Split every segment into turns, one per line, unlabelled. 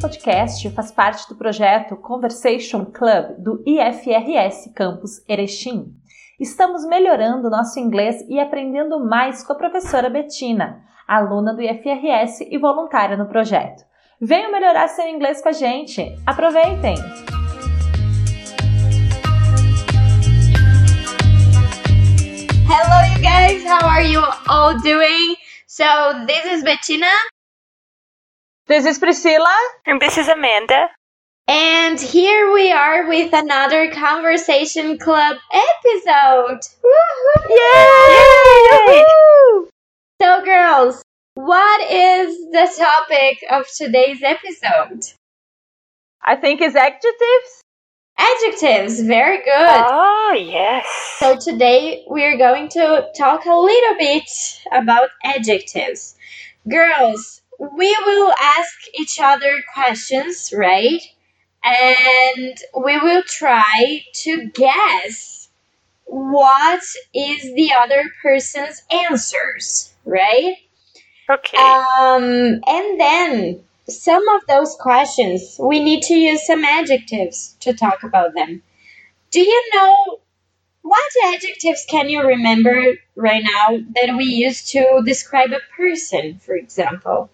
podcast faz parte do projeto Conversation Club do IFRS Campus Erechim. Estamos melhorando nosso inglês e aprendendo mais com a professora Betina, aluna do IFRS e voluntária no projeto. Venham melhorar seu inglês com a gente. Aproveitem!
Hello, you guys. How are you all doing? So, this is Bettina.
This is Priscila.
And this is Amanda.
And here we are with another Conversation Club episode. Woohoo!
Yay!
So, girls, what is the topic of today's episode?
I think it's adjectives.
Adjectives. Very good.
Oh, yes.
So today we're going to talk a little bit about adjectives. Girls, we will ask each other questions, right? And we will try to guess what is the other person's answers, right?
Okay.
Um, and then some of those questions, we need to use some adjectives to talk about them. Do you know what adjectives can you remember right now that we use to describe a person, for example?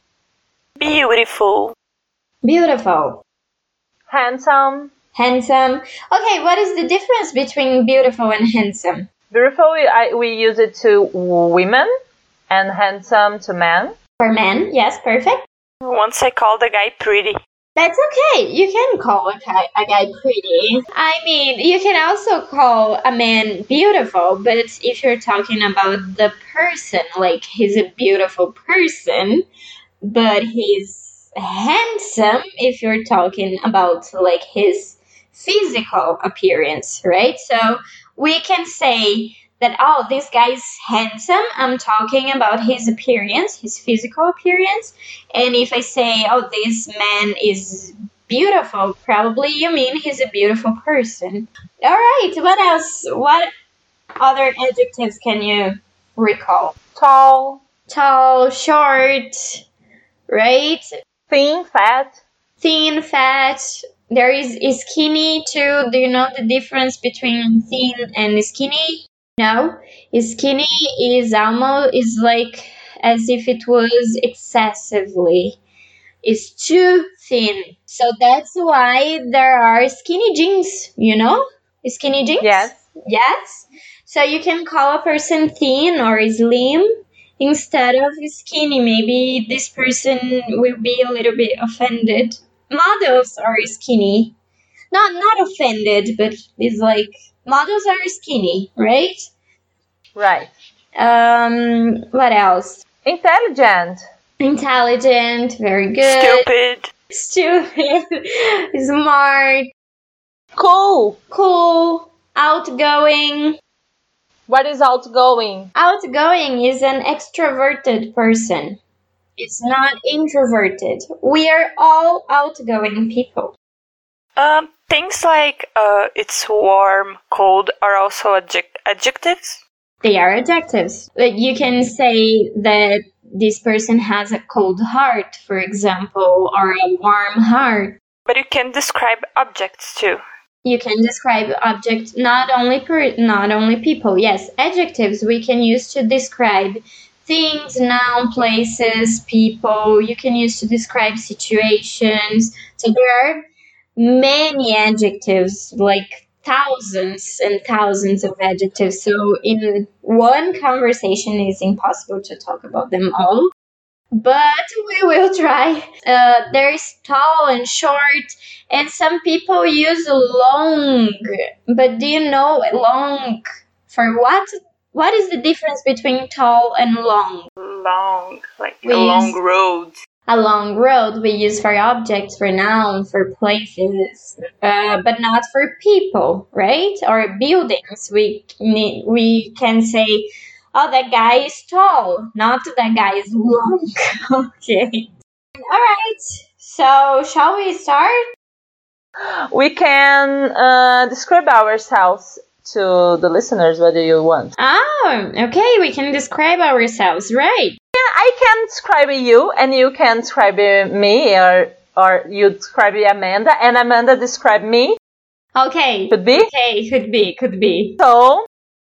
Beautiful.
Beautiful,
Handsome.
handsome. Okay, what is the difference between beautiful and handsome?
Beautiful, we, I, we use it to women and handsome to men.
For men, yes, perfect.
Once I called the guy pretty.
That's okay. You can call a guy, a guy pretty. I mean, you can also call a man beautiful, but it's- if you're talking about the person, like he's a beautiful person, but he's handsome if you're talking about like his physical appearance, right? So we can say that, oh, this guy's handsome. I'm talking about his appearance, his physical appearance. And if I say, oh, this man is beautiful, probably you mean he's a beautiful person. All right, what else? What other adjectives can you recall?
Tall,
Tall, short, right?
thin, fat.
Thin, fat. There is skinny too. Do you know the difference between thin and skinny? No. Skinny is almost is like as if it was excessively is too thin. So that's why there are skinny jeans, you know? Skinny jeans?
Yes.
Yes. So you can call a person thin or slim instead of skinny. Maybe this person will be a little bit offended. Models are skinny. Not not offended, but it's like models are skinny, right?
Right.
Um what else?
Intelligent.
Intelligent, very good.
Stupid.
Stupid, smart,
Cool.
cool, outgoing.
What is outgoing?
Outgoing is an extroverted person. It's not introverted. We are all outgoing people.
Um, things like uh, it's warm, cold are also adject- adjectives.
They are adjectives. But you can say that this person has a cold heart, for example, or a warm heart.
But you can describe objects too.
You can describe objects, not only per, not only people. Yes, adjectives we can use to describe things, noun, places, people. You can use to describe situations. So there are many adjectives, like thousands and thousands of adjectives. So in one conversation, it's impossible to talk about them all. But we will try. Uh, there is tall and short and some people use long, but do you know long for what? What is the difference between tall and long?
Long, like
We
a long
use-
road.
A long road we use for objects, for noun, for places, uh, but not for people, right? Or buildings. We ne- we can say, "Oh, that guy is tall," not "that guy is long." okay. All right. So, shall we start?
We can uh, describe ourselves to the listeners whether you want.
Oh, okay, we can describe ourselves, right?
Yeah, I can describe you and you can describe me or,
or you describe Amanda and Amanda describe me.
Okay.
Could be.
Okay, could be, could be.
So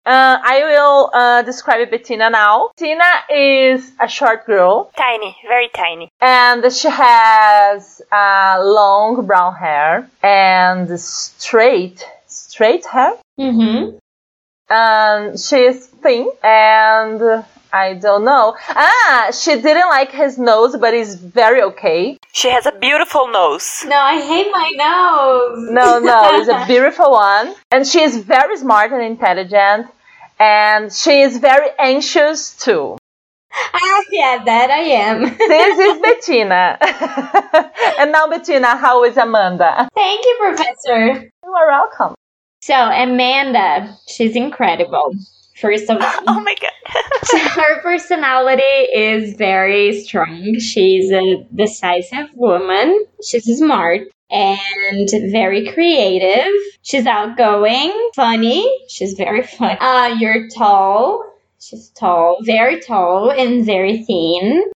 uh, I will uh, describe Bettina now. Bettina is a short girl
Tiny, very tiny.
and she has uh, long brown hair and straight, straight hair.
Mm-hmm.
and she's thin and I don't know. Ah, she didn't like his nose, but it's very okay.
She has a beautiful nose.
No, I hate my nose.
No, no, it's a beautiful one. And she is very smart and intelligent. And she is very anxious too.
ah, yeah, that I am.
This is Bettina. and now, Bettina, how is Amanda?
Thank you, Professor.
You are welcome.
So, Amanda, she's incredible. First of all,
Oh my god.
her personality is very strong. She's a decisive woman. She's smart and very creative. She's outgoing, funny. She's very funny. Uh, you're tall. She's tall, very tall, and very thin.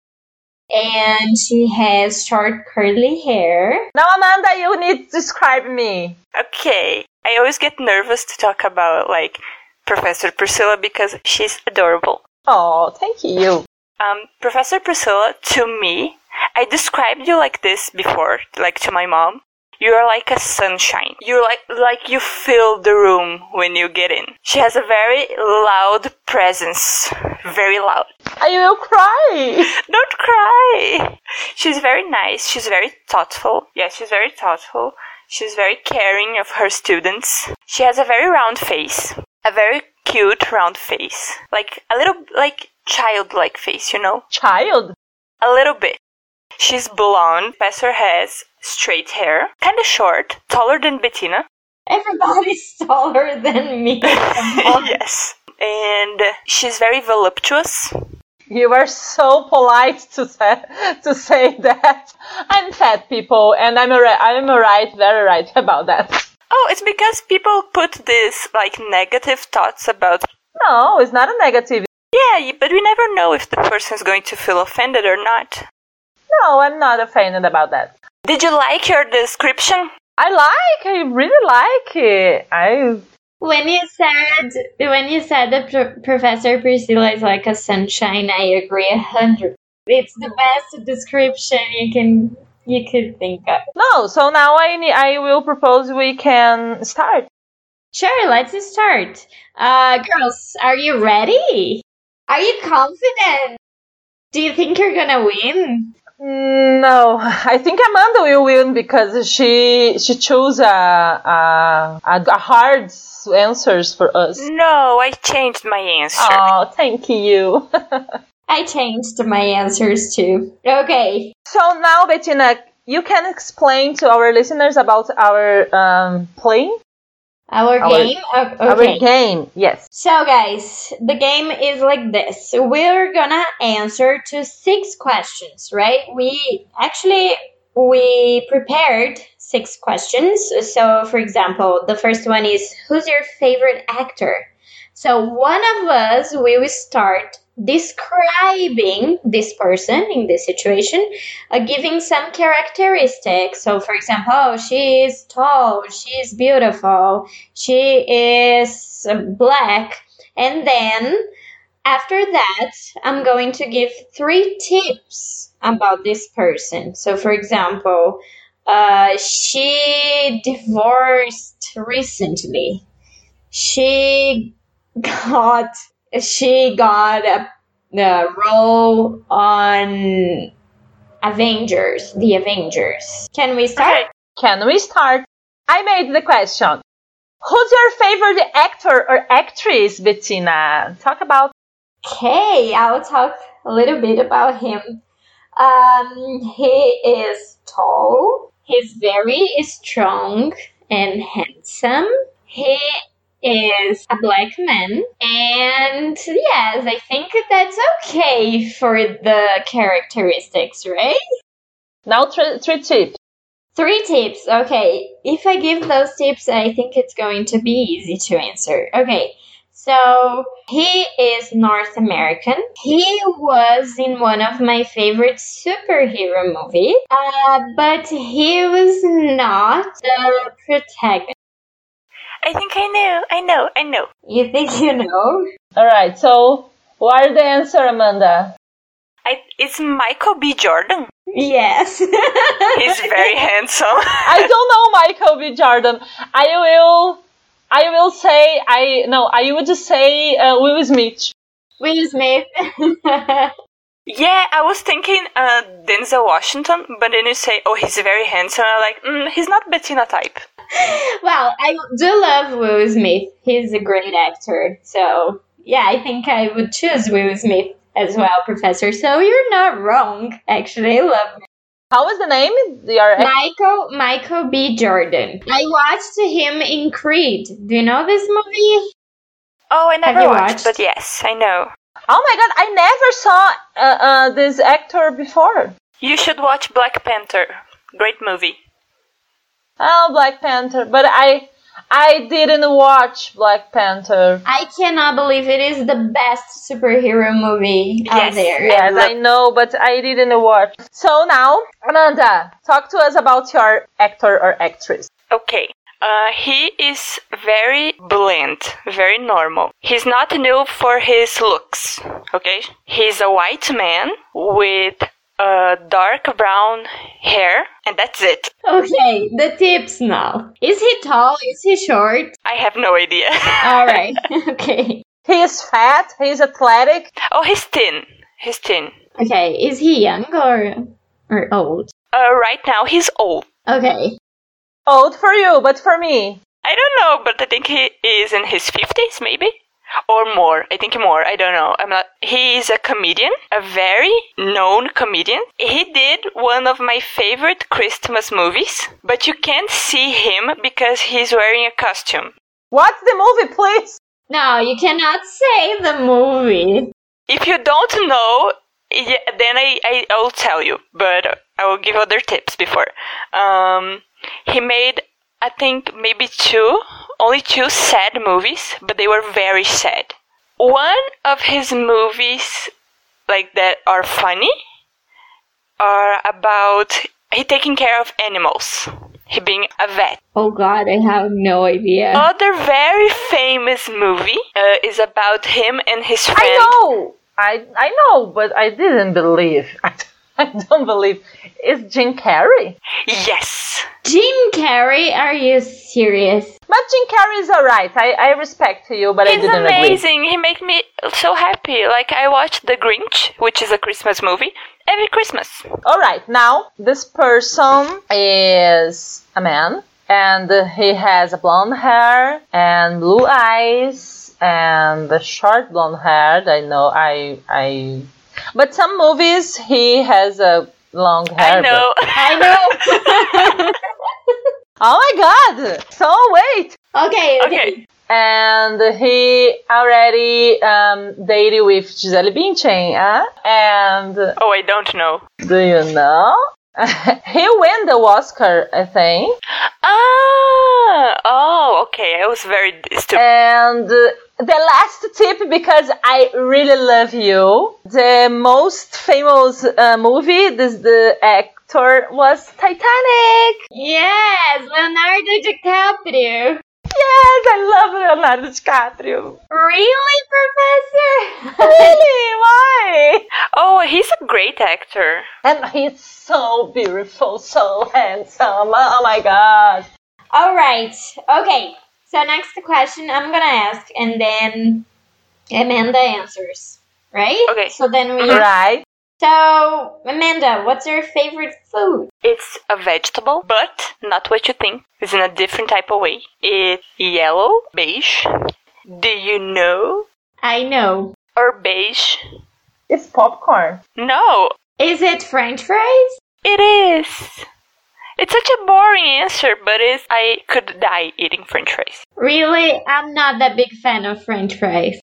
And she has short curly hair.
Now, Amanda, you need to describe me.
Okay. I always get nervous to talk about like Professor Priscilla because she's adorable.
Oh, thank you.
Um, Professor Priscilla, to me, I described you like this before, like to my mom. You are like a sunshine. You're like like you fill the room when you get in. She has a very loud presence, very loud.
I will cry.
Don't cry. She's very nice. She's very thoughtful. Yeah, she's very thoughtful. She's very caring of her students. She has a very round face, a very cute round face, like a little like childlike face, you know.
Child.
A little bit. She's blonde. Professor has straight hair, kind of short, taller than Bettina.
Everybody's taller than me.
Oh, yes. And she's very voluptuous.
You were so polite to say, to say that. I'm fat, people, and I'm a ri- I'm a right, very right about that.
Oh, it's because people put this like negative thoughts about.
No, it's not a negative.
Yeah, y- but we never know if the person's going to feel offended or not.
No, I'm not offended about that.
Did you like your description?
I like, I really like it. I
When you said when you said that Pro- Professor Priscilla is like a sunshine, I agree a hundred. It's the best description you can you could think of.
no. So now I ne- I will propose we can start.
Sure, let's start. Uh, girls, are you ready? Are you confident? Do you think you're gonna win?
Mm, No, I think Amanda will win because she she chose a a, a, a hard answers for
Mm,
us.
No, I changed my answer.
Oh, thank you.
I changed my answers too. Okay.
So now, Bettina, you can explain to our listeners about our um, play,
Our,
Our-
game? O-
our game. Yes.
So, guys, the game is like this. We're gonna answer to six questions, right? We actually we prepared six questions. So, for example, the first one is who's your favorite actor? So, one of us we will start describing this person in this situation, uh, giving some characteristics. So, for example, oh, she is tall, she is beautiful, she is black. And then after that, I'm going to give three tips about this person. So, for example, uh, she divorced recently. She got she got a, a role on Avengers, the Avengers. Can we start?
Okay.
Can we start? I made the question. Who's your favorite actor or actress, Bettina? Talk about.
Okay, I'll talk a little bit about him. Um, he is tall. He's very strong and handsome. He is a black man, and yes, I think that's okay for the characteristics, right?
Now, three, three tips.
Three tips. Okay. If I give those tips, I think it's going to be easy to answer. Okay. So he is North American. He was in one of my favorite superhero movies, uh, but he was not the protagonist.
I think I know, I know, I know.
You think you know?
All right. So what are the answer, Amanda?
I, it's Michael B. Jordan.
Yes.
He's very handsome.
I don't know Michael B. Jordan. I will. I will say I no. I would just say uh, Will Smith.
Will Smith.
yeah, I was thinking uh, Denzel Washington, but then you say, oh, he's very handsome. I'm like, mm, he's not Bettina type.
well, I do love Will Smith. He's a great actor. So, yeah, I think I would choose Will Smith as well, Professor. So you're not wrong, actually. I love him.
How was the name? Your
Michael Michael B. Jordan. I watched him in Creed. Do you know this movie?
Oh, I never
you watched?
watched, but yes, I know.
Oh my god! I never saw uh, uh, this actor before.
You should watch Black Panther. Great movie.
Oh, Black Panther. But I I didn't watch Black Panther.
I cannot believe it is the best superhero movie out
Yes.
there.
Yes, I know, but I didn't watch. So now, Amanda, talk to us about your actor or actress.
Okay. Uh, he is very bland, very normal. He's not new for his looks, okay? He's a white man with uh, dark brown hair, and that's it.
Okay, the tips now. Is he tall? Is he short?
I have no idea.
All right. okay.
He is fat. He is athletic.
oh, he's thin. He's thin.
Okay. Is he young or or old?
Uh, right now, he's old.
Okay.
Old for you, but for me,
I don't know, but I think he is in his 50s, maybe? Or more. I think more. I don't know. I'm not. He is a comedian, a very known comedian. He did one of my favorite Christmas movies, but you can't see him because he's wearing a costume.
what's the movie, please?
No, you cannot say the movie.
If you don't know, yeah, then I, I, I will tell you, but I will give other tips before. Um, he made, I think, maybe two, only two sad movies, but they were very sad. One of his movies, like that, are funny, are about he taking care of animals, he being a vet.
Oh God, I have no idea.
Other very famous movie uh, is about him and his friend.
I know. I I know, but I didn't believe. I don't believe. It's Jim Carrey.
Yes.
Jim Carrey, are you serious?
But Jim Carrey is alright. I, I respect you, but I
It's
didn't agree.
amazing. He made me so happy. Like I watched The Grinch, which is a Christmas movie, every Christmas.
Alright, now this person is a man and he has a blonde hair and blue eyes and the short blonde hair. I know I I but some movies he has a long hair.
I know.
I know.
but- Oh my god! So wait!
okay, okay.
okay.
and he already um, dated with Gisele Bündchen, huh? and
Oh, I don't know.
do you know? he won the Oscar, I think,
Ah. Oh, okay. I was very stupid.
and uh, the last tip because I really love you. The most famous uh, movie this the actor was Titanic.
Yes, Leonardo DiCaprio.
Yes, I love Leonardo DiCaprio.
Really, Professor?
Really, why?
Oh, he's a great actor.
And he's so beautiful, so handsome. Oh my god.
All right. Okay. So next question I'm gonna ask, and then Amanda answers. Right?
Okay.
So then we.
Right?
So Amanda, what's your favorite food?
It's a vegetable, but not what you think. It's in a different type of way. It's yellow, beige. Do you know?
I know.
Or beige?
It's popcorn.
No,
Is it French fries?
It is. It's such a boring answer, but it's I could die eating French fries.
Really, I'm not that big fan of French fries.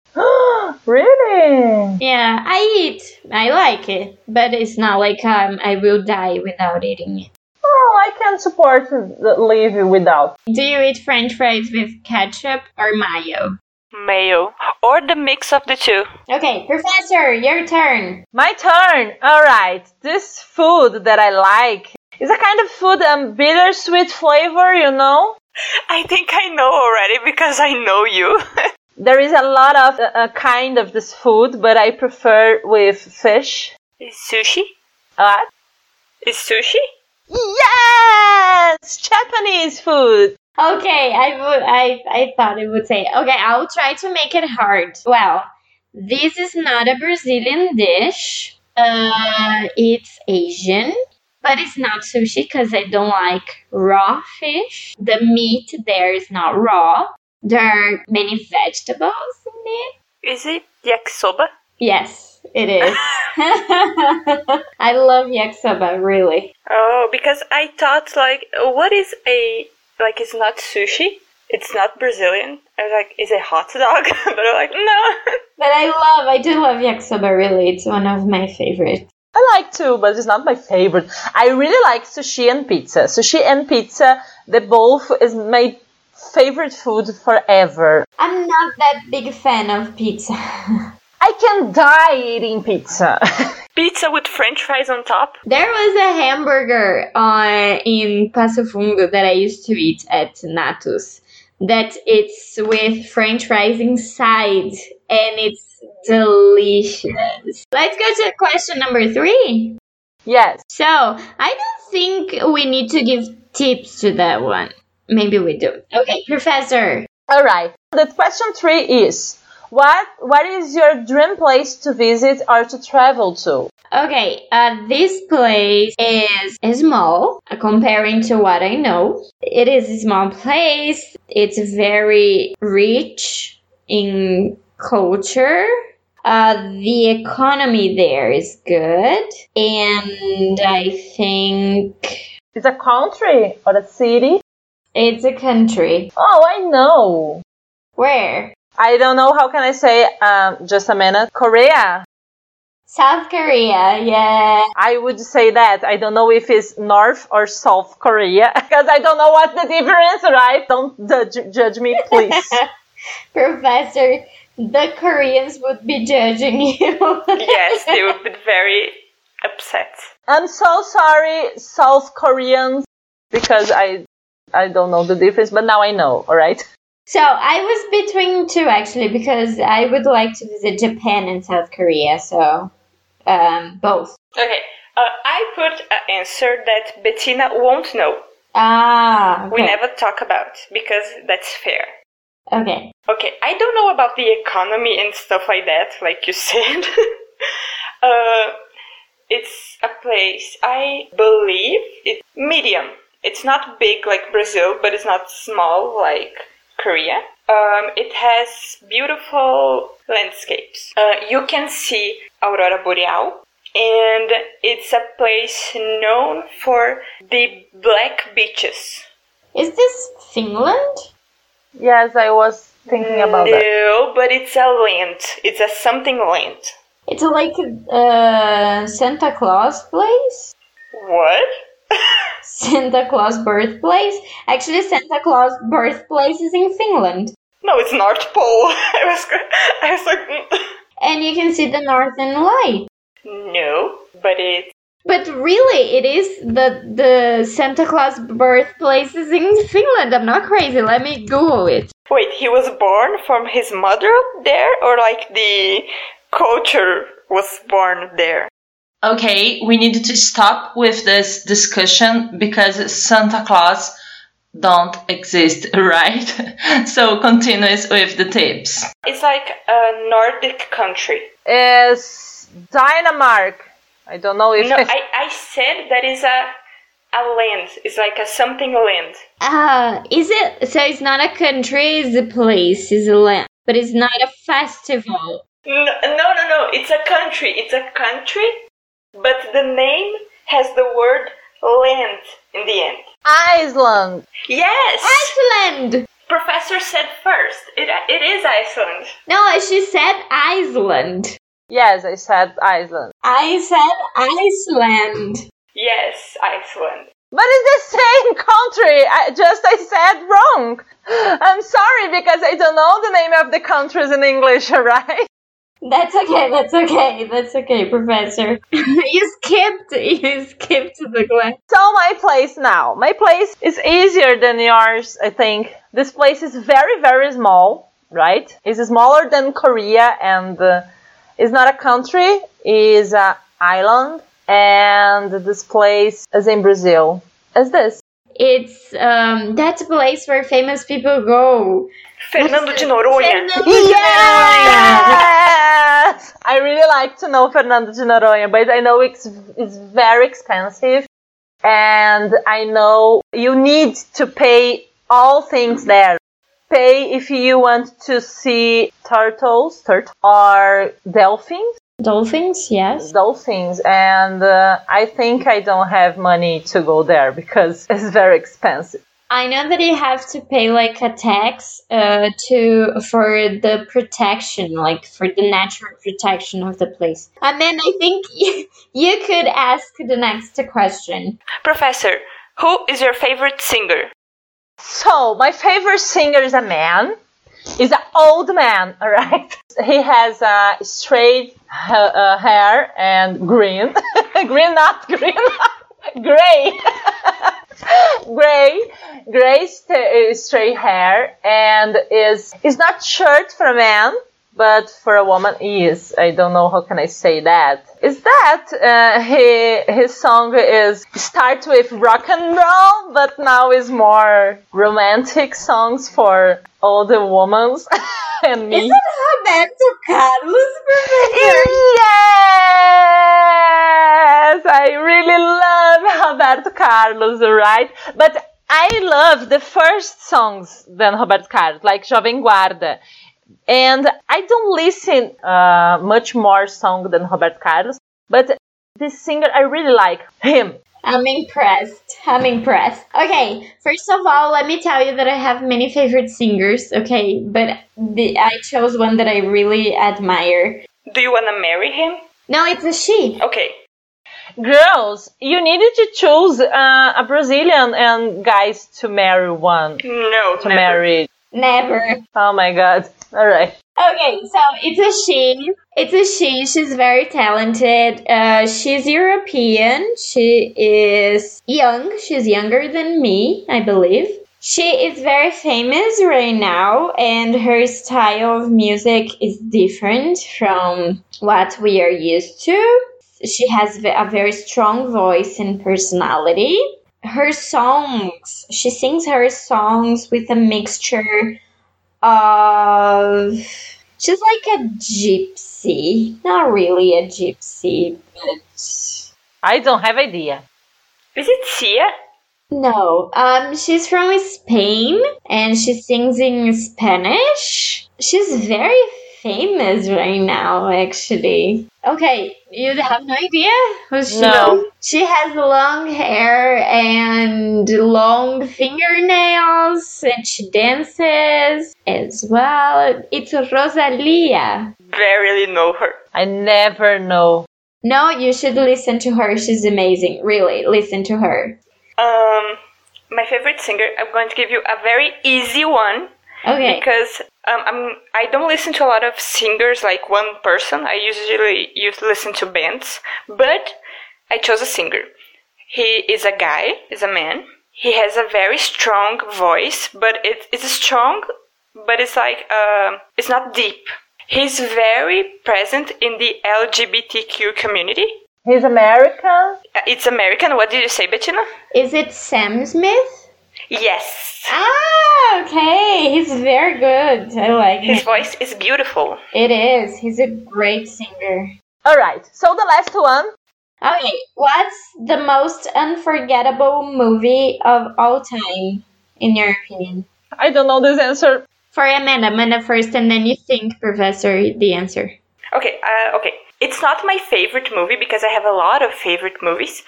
really?
Yeah, I eat. I like it, but it's not like um, I will die without eating it.
Oh, I can support the leave without.
Do you eat French fries with ketchup or mayo?
male, or the mix of the two.
Okay, Professor, your turn.
My turn. All right. This food that I like is a kind of food um bittersweet flavor, you know.
I think I know already because I know you.
There is a lot of uh, uh, kind of this food, but I prefer with fish. Uh,
Is sushi?
What?
Is sushi?
Yes, Japanese food.
Okay, I would I I thought it would say okay, I'll try to make it hard. Well, this is not a Brazilian dish. Uh it's Asian, but it's not sushi because I don't like raw fish. The meat there is not raw. There are many vegetables in it.
Is it yakisoba?
Yes, it is. I love yakisoba, really.
Oh, because I thought like, what is a like? It's not sushi. It's not Brazilian. I was like, is it hot dog? but I'm like, no.
But I love, I do love yakisoba, really. It's one of my favorites.
I like too, but it's not my favorite. I really like sushi and pizza. Sushi and pizza, they both is my favorite food forever.
I'm not that big fan of pizza.
I can die eating pizza.
Pizza with French fries on top.
there was a hamburger uh, in Passo Fundo that I used to eat at Natus. That it's with French fries inside, and it's delicious. Let's go to question number three.
yes.
So I don't think we need to give tips to that one. Maybe we do. Okay, Professor.
All right. The question three is what What is your dream place to visit or to travel to?
Okay, uh, this place is small uh, comparing to what I know. It is a small place. It's very rich in culture. Uh, the economy there is good, and I think
It's a country or a city?
it's a country.
Oh, I know.
Where?
I don't know. How can I say? Um, just a minute. Korea.
South Korea. Yeah.
I would say that. I don't know if it's North or South Korea because I don't know what the difference. Right? Don't judge, judge me, please.
Professor, the Koreans would be judging you.
yes, they would be very upset.
I'm so sorry, South Koreans, because I I don't know the difference, but now I know. All right.
So I was between two actually because I would like to visit Japan and South Korea. So um, both.
Okay, uh, I put an answer that Bettina won't know.
Ah, okay.
We never talk about because that's fair.
okay.
Okay, I don't know about the economy and stuff like that, like you said. uh, it's a place, I believe it's medium. It's not big like Brazil, but it's not small like Korea. Um, it has beautiful landscapes. Uh, you can see Aurora Boreal, and it's a place known for the black beaches.
Is this Finland?
Yes, I was thinking about that.
No, but it's a land. It's a something land.
It's like uh, Santa Claus place.
What?
Santa Claus birthplace. Actually, Santa Claus birthplace is in Finland,
No, it's North Pole. I was, I was like,
and you can see the Northern Light.
mm. no, but it's
But really, it is the the Santa Claus birthplace is in Finland. I'm not crazy. Let me Google it.
wait. He was born from his mother there, or like the culture was born there.
Okay, we need to stop with this discussion because Santa Claus don't exist, right? so continues with the tips.
It's like a Nordic country.
Is Dynamark. I don't know if
No, I, I said that is a a land. It's like a something land.
Uh, is it? So it's not a country. It's a place. It's a land. But it's not a festival.
No, no, no, no. It's a country. It's a country, but the name has the word land in the end.
Iceland.
Yes!
Iceland.
Professor said first. It, it is Iceland.
No, she said Iceland.
Yes, I said Iceland.
I said Iceland.
Yes, Iceland.
But it's the same country. I just I said wrong. I'm sorry because I don't know the name of the countries in English, right?
That's okay, that's okay, that's okay, Professor. you skipped, you skipped the glass.
So my place now. My place is easier than yours, I think. This place is very very small, right? It's smaller than Korea and uh, it's not a country. It's an island, and this place is in Brazil. Is this?
It's, um, that's a place where famous people go.
Fernando de Noronha.
Fernando de Noronha.
Yes! I really like to know Fernando de Noronha, but I know it's, it's very expensive. And I know you need to pay all things there. Pay if you want to see turtles, turtles or dolphins.
Dolphins, yes.
Dolphins, and uh, I think I don't have money to go there because it's very expensive.
I know that you have to pay like a tax uh, to for the protection, like for the natural protection of the place. And then I think you, you could ask the next question.
Professor, who is your favorite singer?
So my favorite singer is a man. Is an old man, all right. He has uh, straight ha- uh, hair and green, green, not green, gray, gray, gray st- uh, straight hair, and is is not shirt for a man. But for a woman, he is. I don't know how can I say that. Is that uh, he, his song is start with rock and roll, but now is more romantic songs for all the women and me.
Is it Roberto Carlos, Professor?
Yes, I really love Roberto Carlos, right? But I love the first songs than Roberto Carlos, like Jovem Guarda. And I don't listen uh, much more song than Roberto Carlos, but this singer I really like him.
I'm impressed. I'm impressed. Okay, first of all, let me tell you that I have many favorite singers, okay? But the, I chose one that I really admire.
Do you want to marry him?
No, it's a she.
Okay.
Girls, you needed to choose uh, a Brazilian and guys to marry one to
No, never.
marry.
Never.
Oh my god! All right.
Okay, so it's a she. It's a she. She's very talented. Uh, she's European. She is young. She's younger than me, I believe. She is very famous right now, and her style of music is different from what we are used to. She has ve- a very strong voice and personality. Her songs, she sings her songs with a mixture of she's like a gypsy not really a gypsy but
I don't have idea.
Is it Cia?
no um she's from spain and she sings in spanish she's very famous right now actually okay you have no idea who she
No.
she has long hair and long fingernails and she dances as well it's rosalia
Barely know her.
I never know.
No, you should listen to her. She's amazing. Really, listen to her.
Um, my favorite singer. I'm going to give you a very easy one
Okay.
because um, I'm I don't listen to a lot of singers like one person. I usually use listen to bands, but I chose a singer. He is a guy, is a man. He has a very strong voice, but it is strong, but it's like um it's not deep. He's very present in the LGBTQ community.
He's American.
Uh, It's American. What did you say, Bettina?
Is it Sam Smith?
Yes.
Ah, okay. He's very good. I like
His
him.
voice is beautiful.
It is. He's a great singer.
All right. So the last one.
Okay, what's the most unforgettable movie of all time, in your opinion?
I don't know this answer.
For Amanda, Amanda first, and then you think, Professor, the answer.
Okay, uh, okay. It's not my favorite movie because I have a lot of favorite movies,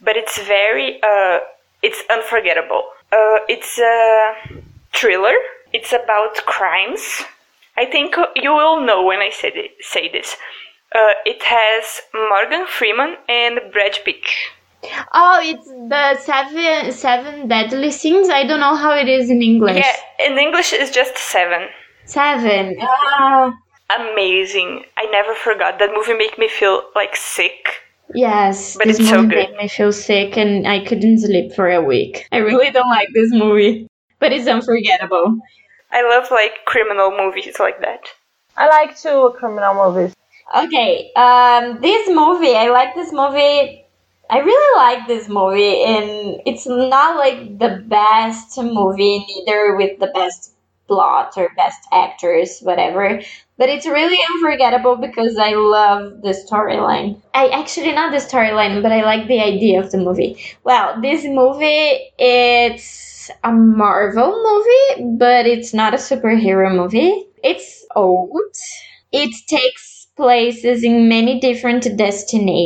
but it's very, uh, it's unforgettable. Uh, it's a thriller. It's about crimes. I think you will know when I say, thi- say this. Uh, it has Morgan Freeman and Brad Pitt.
Oh, it's the seven seven deadly sins. I don't know how it is in English.
Yeah, in English it's just seven.
Seven. Ah,
Amazing. I never forgot. That movie made me feel like sick.
yes.
But
this
it's so
movie
good.
made me feel sick, and I couldn't sleep for a week. I really don't like this movie, but it's unforgettable.
I love like criminal movies like that.
I like to criminal movies.
Okay, um, this movie, I like this movie. I really like this movie, and it's not like the best movie, neither with the best plot or best actors, whatever. But it's really unforgettable because I love the storyline. I actually not the storyline, but I like the idea of the movie. Well, this movie it's a Marvel movie, but it's not a superhero movie. It's old. It takes places in many different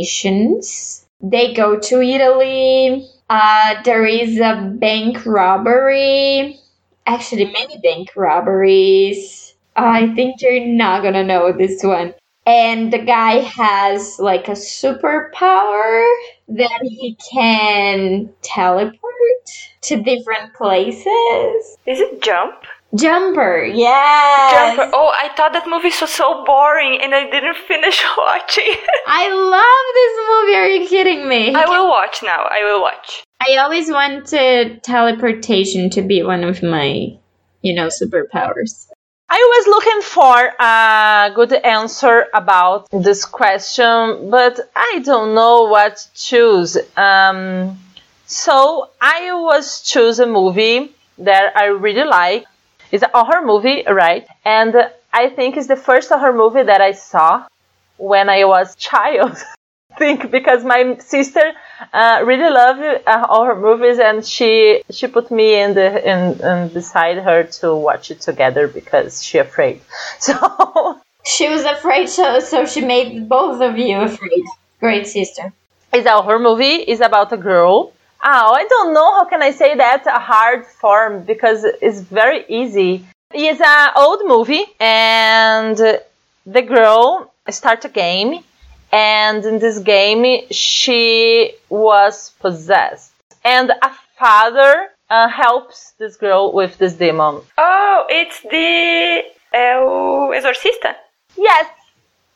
destinations. They go to Italy. Uh, there is a bank robbery. Actually, many bank robberies. I think you're not gonna know this one. And the guy has like a superpower that he can teleport to different places.
Is it Jump?
Jumper, yes.
Jump. Oh, I thought that movie was so boring and I didn't finish watching.
I love this movie. Are you kidding me?
I will watch now. I will watch.
I always wanted teleportation to be one of my, you know, superpowers.
I was looking for a good answer about this question, but I don't know what to choose. Um, so I was choose a movie that I really like. It's a horror movie, right? And I think it's the first horror movie that I saw when I was child. I think because my sister uh, really loved uh, horror movies, and she she put me in the in, in beside her to watch it together because she afraid. So
She was afraid, so, so she made both of you afraid. Great sister.
It's a horror movie. It's about a girl. Oh, I don't know how can I say that a hard form because it's very easy. It's an old movie, and the girl start a game, and in this game she was possessed, and a father uh, helps this girl with this demon.
Oh, it's the El Exorcista.
Yes,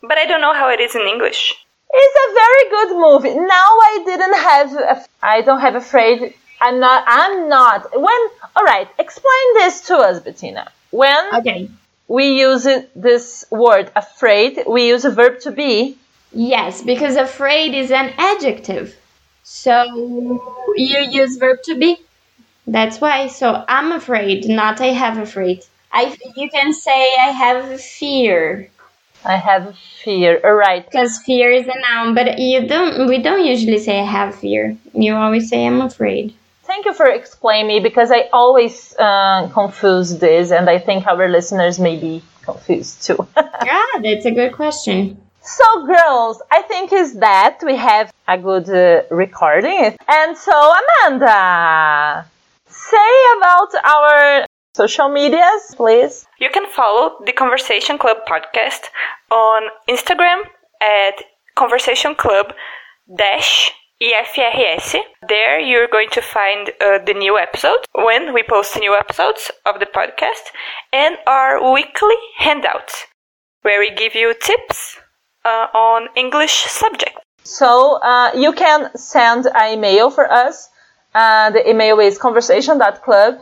But I don't know how it is in English.
It's a very good movie. Now I didn't have. a- I don't have afraid. I'm not. I'm not. When all right, explain this to us, Bettina. When
Okay.
we use it- this word afraid, we use a verb to be.
Yes, because afraid is an adjective. So you use verb to be. That's why. So I'm afraid, not I have afraid. I you can say I have fear
I have fear. All right.
because fear is a noun, but you don't. We don't usually say I have fear. You always say I'm afraid.
Thank you for explaining me because I always uh, confuse this, and I think our listeners may be confused too.
Ah, that's a good question.
So, girls, I think is that we have a good uh, recording. And so, Amanda, say about our social medias, please.
You can follow the Conversation Club podcast on Instagram at Conversation Club dash E EFRS. There you're going to find uh, the new episode when we post new episodes of the podcast and our weekly handouts where we give you tips uh, on English subject.
So, uh, you can send an email for us. Uh, the email is conversation.club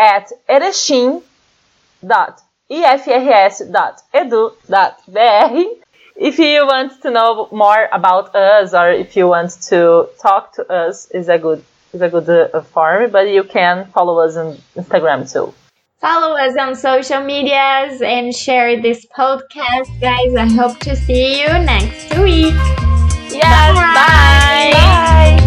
at e erechim.efrs.edu.br. If you want to know more about us or if you want to talk to us, is a good is a good uh, form. But you can follow us on Instagram too.
Follow us on social medias and share this podcast, guys. I hope to see you next week.
Yes,
Bye.
bye.